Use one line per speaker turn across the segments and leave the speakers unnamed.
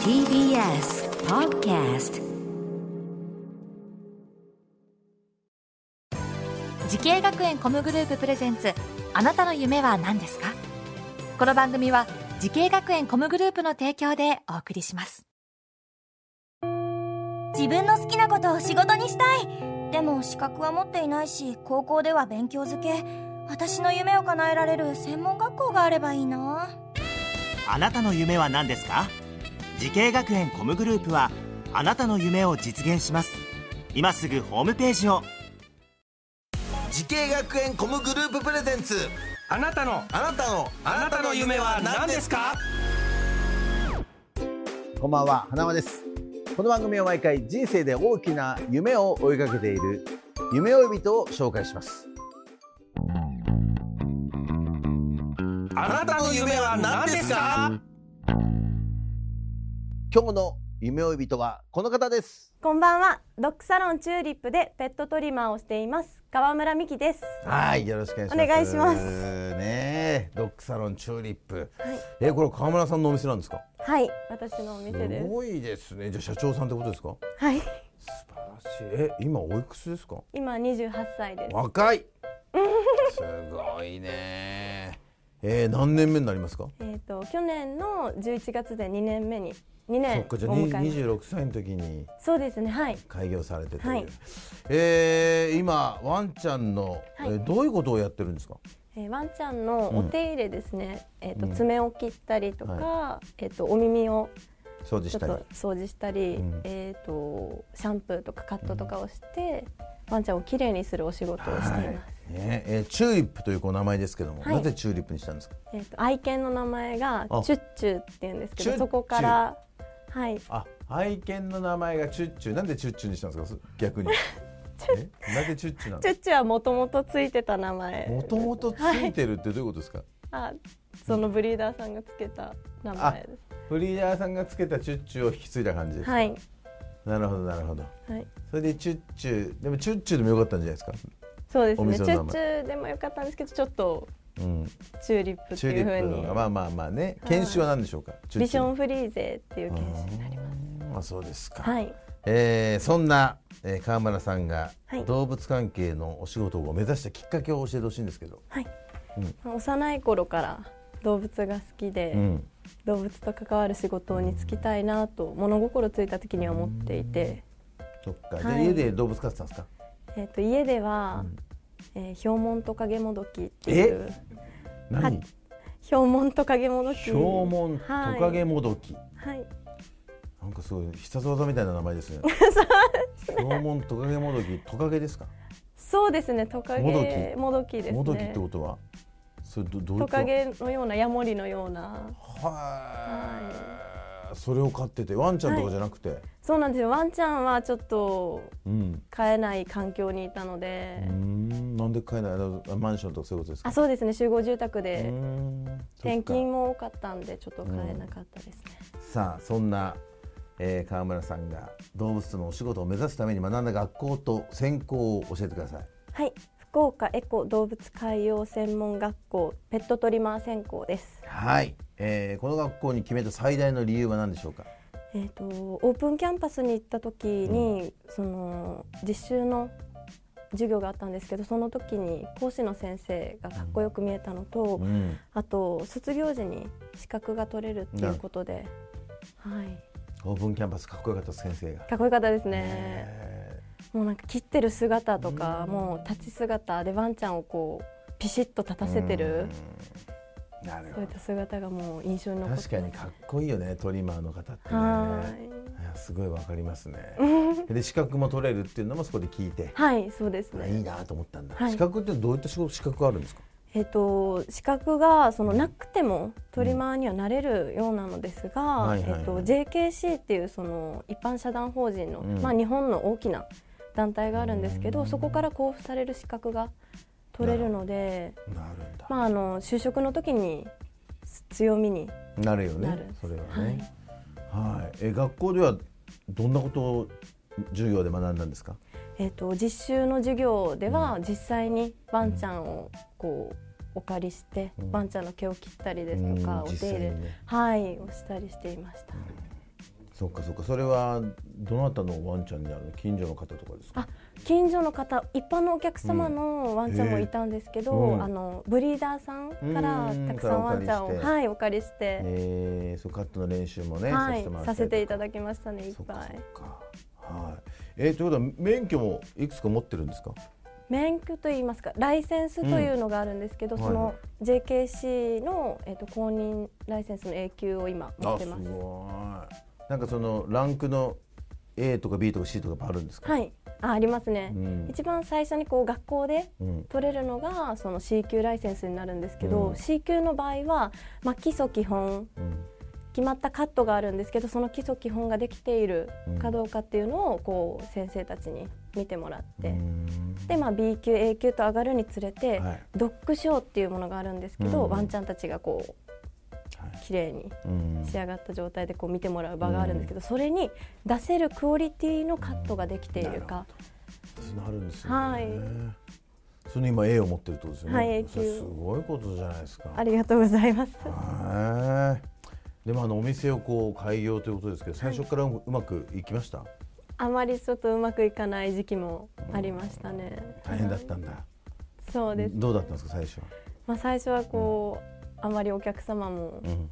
TBS Podcast
時系学園コムグループプレゼンツあなたの夢は何ですかこの番組は時系学園コムグループの提供でお送りします
自分の好きなことを仕事にしたいでも資格は持っていないし高校では勉強づけ私の夢を叶えられる専門学校があればいいな
あなたの夢は何ですか時系学園コムグループはあなたの夢を実現します今すぐホームページを
時系学園コムグループプレゼンツ
あなたの
あなたの
あなたの夢は何ですか
こんばんは花輪ですこの番組は毎回人生で大きな夢を追いかけている夢追い人を紹介します
あなたの夢は何ですか
今日の夢追い人はこの方です
こんばんは。ドッグサロンチューリップでペットトリマーをしています。川村美希です。
はいよろしくお願いします
お願いします
ねえドッグサロンチューリップ、えこれ川村さんのお店なんですか
はい、私のお店
す
です。
ごいですねじゃあ社長さんってことですか
はい、
素晴らしいえ今おいくつですか
今28歳です。
若 いすごいねえー、何年目になりますか
えっ、と去年の11月で2年目に2
そ
年
っかじゃあ
を迎えます。
26歳の時に
そうですね。はい。
開業されてという、
はい
えー今ワンちゃんの、
はい
えーどういうことをやってるんですか
えーワンちゃんのお手入れですね。えっ、と
うん
爪を切ったりとか、
は
えっ、とお耳を
掃除
ち
し
ょった
り
と掃除したり、
うん
えっ、とシャンプーとかカットとかをして、ワンちゃんをきれいにするお仕事をしています。
はいねえーチューリップというこう名前ですけども、
はい
なぜチューリップにしたんですか
えっと愛犬の名前が
あ
チュッチュって言うんですけ
チュッチュ
どそこからはい
あ愛犬の名前がチュッチュなんでチュッチュにしたんですか逆に えなぜチュッチュな
チュッチュはもともとついてた名前
もともとついてるってどういうことですか、
あそのブリーダーさんがつけた名前で
フリーダーさんがつけたチュッチュを引き継いだ感じです
す
か、
はい
なるほどなるほど
はい
それでチュッチュでもチュッチュでもよかったんじゃないですか
そうです
お
ね
店
チ
の名前
ュッチュでもよかったんですけどちょっと
うん
チューリップって
チュー
い
リ
うふ
ップの
う
方
に
がまあまあまあね
はい
犬種は何でしょうかチュ
ビ
ッチ
シ
ュ
ョ
の
ンフリーゼっていう犬種になります
あそうですか、
はい
えーそんな、えー川村さんが
はい
動物関係のお仕事を目指したきっかけを教えてほしいんですけど、
はい、幼い頃から動物が好きで、
うん、
動物と関わる仕事に就きたいなと物心ついた時には思っていて、
そっか、で
はい
家で動物飼ってたんですか
えっと家では、えー、ヒョウモントカゲモドキっていう
何
ヒョウモントカゲモドキ
ヒョウモントカゲモドキ、
はい
なんかすごい必殺技みたいな名前です ねヒョウモントカゲモドキトカゲですか
そうですねトカゲモドキですね
モドキってことはそれどどうい
ト
うこと
カゲのようなヤモリのような
はい、それを飼っててワンちゃんとかじゃなくて、
そうなんですよワンちゃんはちょっと
うん
飼えない環境にいたの
う
で
ー、んなんで飼えないあのマンションとかそういうことですか
あそうですね集合住宅
うー
で
んそ
転
っか
勤も多かったんでちょっと飼えなかったですね、
さあそんな、えー、川村さんが動物とのお仕事を目指すために学んだ学校と専攻を教えてください
はい福岡エコ動物海洋専門学校ペットトリマー専攻です
はい、えー、この学校に決めた最大の理由は何でしょうか
えー、とオープンキャンパスに行った時に、その実習の授業があったんですけどその時に講師の先生がかっこよく見えたのと、
うん
あと卒業時に資格が取れるっていうことで、はい、
オープンキャンパスかっこよかったです先生が
かっこよかったですね
え
もうなんか切ってる姿とか、もう立ち姿でワンちゃんをこうピシッと立たせてる、
ーなる
そう
ほ
いっ
ど
た姿がもう印象に残って
確かに
ます
かっこいいよねトリマーの方ってね
はい
いやすごいわかりますねで資格も取れるっていうのもそこで聞いて
はいそうです
あ
ね
いいなと思ったんだ、
はい
資格ってどういった仕事資格があるんですか
えっと、資格がそのなくてもトリマーにはなれるようなのですが、
はいはいはい
えっと、JKC っていうその一般社団法人の、
うん
まあ、日本の大きな団体があるんですけど、そこから交付される資格が取れるので、
なるんだ、
まあ、あの就職の時に強みに
なるよね
なる
それはねはい、え学校ではどんなことを授業で学んだんですか
えっと、実習の授業では実際にワンちゃんをこうお借りして、
うん
ワンちゃんの毛を切ったりですとか、
うん
お手入
実
れ、
際にね
はいをしたりしていました。
そっかそっかそれはどなたのワンちゃんになるの近所の方とかですか
あ近所の方一般のお客様のワンちゃんもいたんですけど、
うんへえ
あのブリーダーさんから
うん
たくさんワンちゃん
お借
を
りして
はいお借りして、
えー、そうカットの練習もね、
はい
もらったりとか
させていただきましたねいっ
そっ
ぱ
かそ
い
っ。かはいえー、ということは免許もいくつか持ってるんですか
免許といいますかライセンスというのがあるんですけど、
うん
そ
は
の JKC の、えっと公認ライセンスの永久を今持ってます。
ごいなんかそのランクの A とか B とか C とかやっぱあるんですか
はいあありますね、
うん
一番最初にこう学校で
うん
取れるのがその C 級ライセンスになるんですけど、
うん
C 級の場合は、まあ、基礎基本
うん
決まったカットがあるんですけどその基礎基本ができているかどうかっていうのをこう先生たちに見てもらって、
うん
で、まあ、B 級 A 級と上がるにつれて、
はい
ドッグショーっていうものがあるんですけど、
うん
ワンちゃんたちがこう
はい
綺麗に
うん
仕上がった状態でこう見てもらう場があるんですけど、それに出せるクオリティのカットができているか、
なるんですね。
はい
それに今 A を持ってるってことですよね。
はい A 級
それすごいことじゃないですか。
ありがとうございます。
へえでもあのお店をこう開業ということですけど、最初からうまくいきました。
あまりちょっとうまくいかない時期もありましたね。
大変だったんだ。
そうです。
どうだったんですか最初は。
まあ最初はこう、あまりお客様も
うん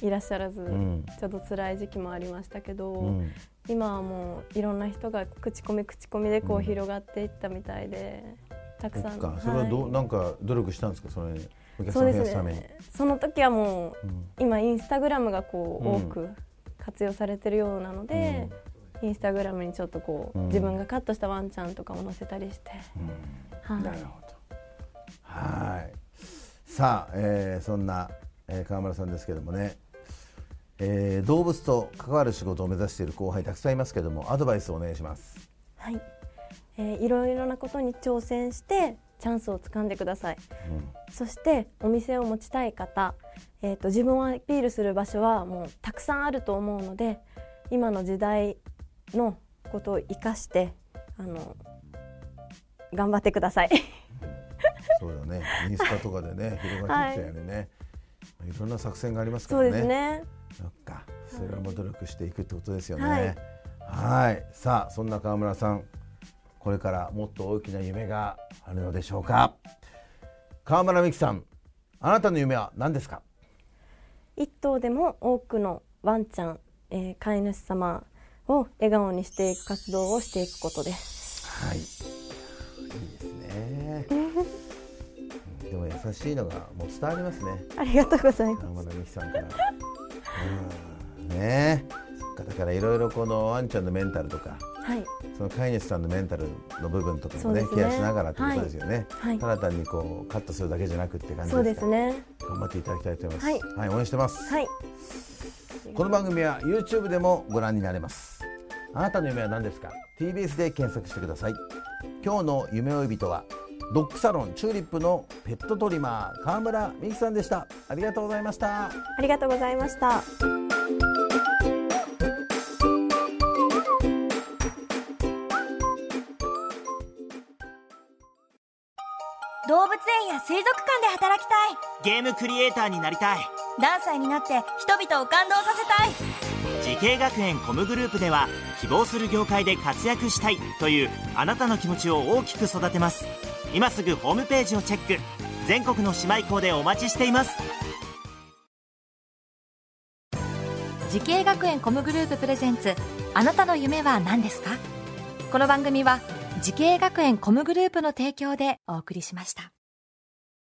いらっしゃらず、
ん
ちょっと辛い時期もありましたけど、
うん
今はもういろんな人が口コミ口コミでこう広がっていったみたいで、たく
そ
さ
っ
ん。
か。それはどう、
い
なんか努力したんですかそれお客さ
そ
ん
う
を
で
増やす
す
ために。
ね。その時はも
う
う、
ん
今インスタグラムがこう、
うん
多く活用されてるようなので、インスタグラムにちょっとこう、
うん
自分がカットしたワンちゃんとかも載せたりして、はい
なるほど。はい。さあ、えーそんな、えー川村さんですけどもね、えー動物と関わる仕事を目指している後輩たくさんいますけども、アドバイスをお願いします。
はい、えーいろいろなことに挑戦してチャンスをつかんでください、そしてお店を持ちたい方、えー、と自分をアピールする場所はもうたくさんあると思うので今の時代のことを生かしてあの頑張ってください
そうだね。インスタとかでね、広がっていったようにね、い、ろんな作戦がありますか
そう
らね。
ですね
そっか。それも努力していくってことですよね。は
はいい。
さあ、そんな川村さん、これからもっと大きな夢があるのでしょうか。川村美樹さん、あなたの夢は何ですか。
一頭でも多くのワンちゃん、えー飼い主様を笑顔にしていく活動をしていくことです
はい。いいですね。でも優しいのがもう伝わりますね。
ありがとうございます
川村美樹さん から。うんねえ。そっかだからいろいろこのワンちゃんのメンタルとか。
はい
その飼い主さんのメンタルの部分とか
そ
も
う
ね
ですね
ケアしながらってことですよね、
はい
ただ単にこうカットするだけじゃなくって感じ
そうで
です
す
か
ね
頑張っていただきたいと思います
はい、
応援してます、
はい
この番組は YouTube でもご覧になれますあなたの夢は何ですか TBS で検索してください今日の夢追い人はドッグサロンチューリップのペットトリマー川村美樹さんでしたありがとうございました
ありがとうございました。
動物園や水族館で働きたい
ゲームクリエイターになりたい
何歳になって人々を感動させたい
時系学園コムグループでは希望する業界で活躍したいというあなたの気持ちを大きく育てます今すぐホームページをチェック全国の姉妹校でお待ちしています
時系学園コムグループプレゼンツあなたの夢は何ですかこの番組は時系学園コムグループの提供でお送りしました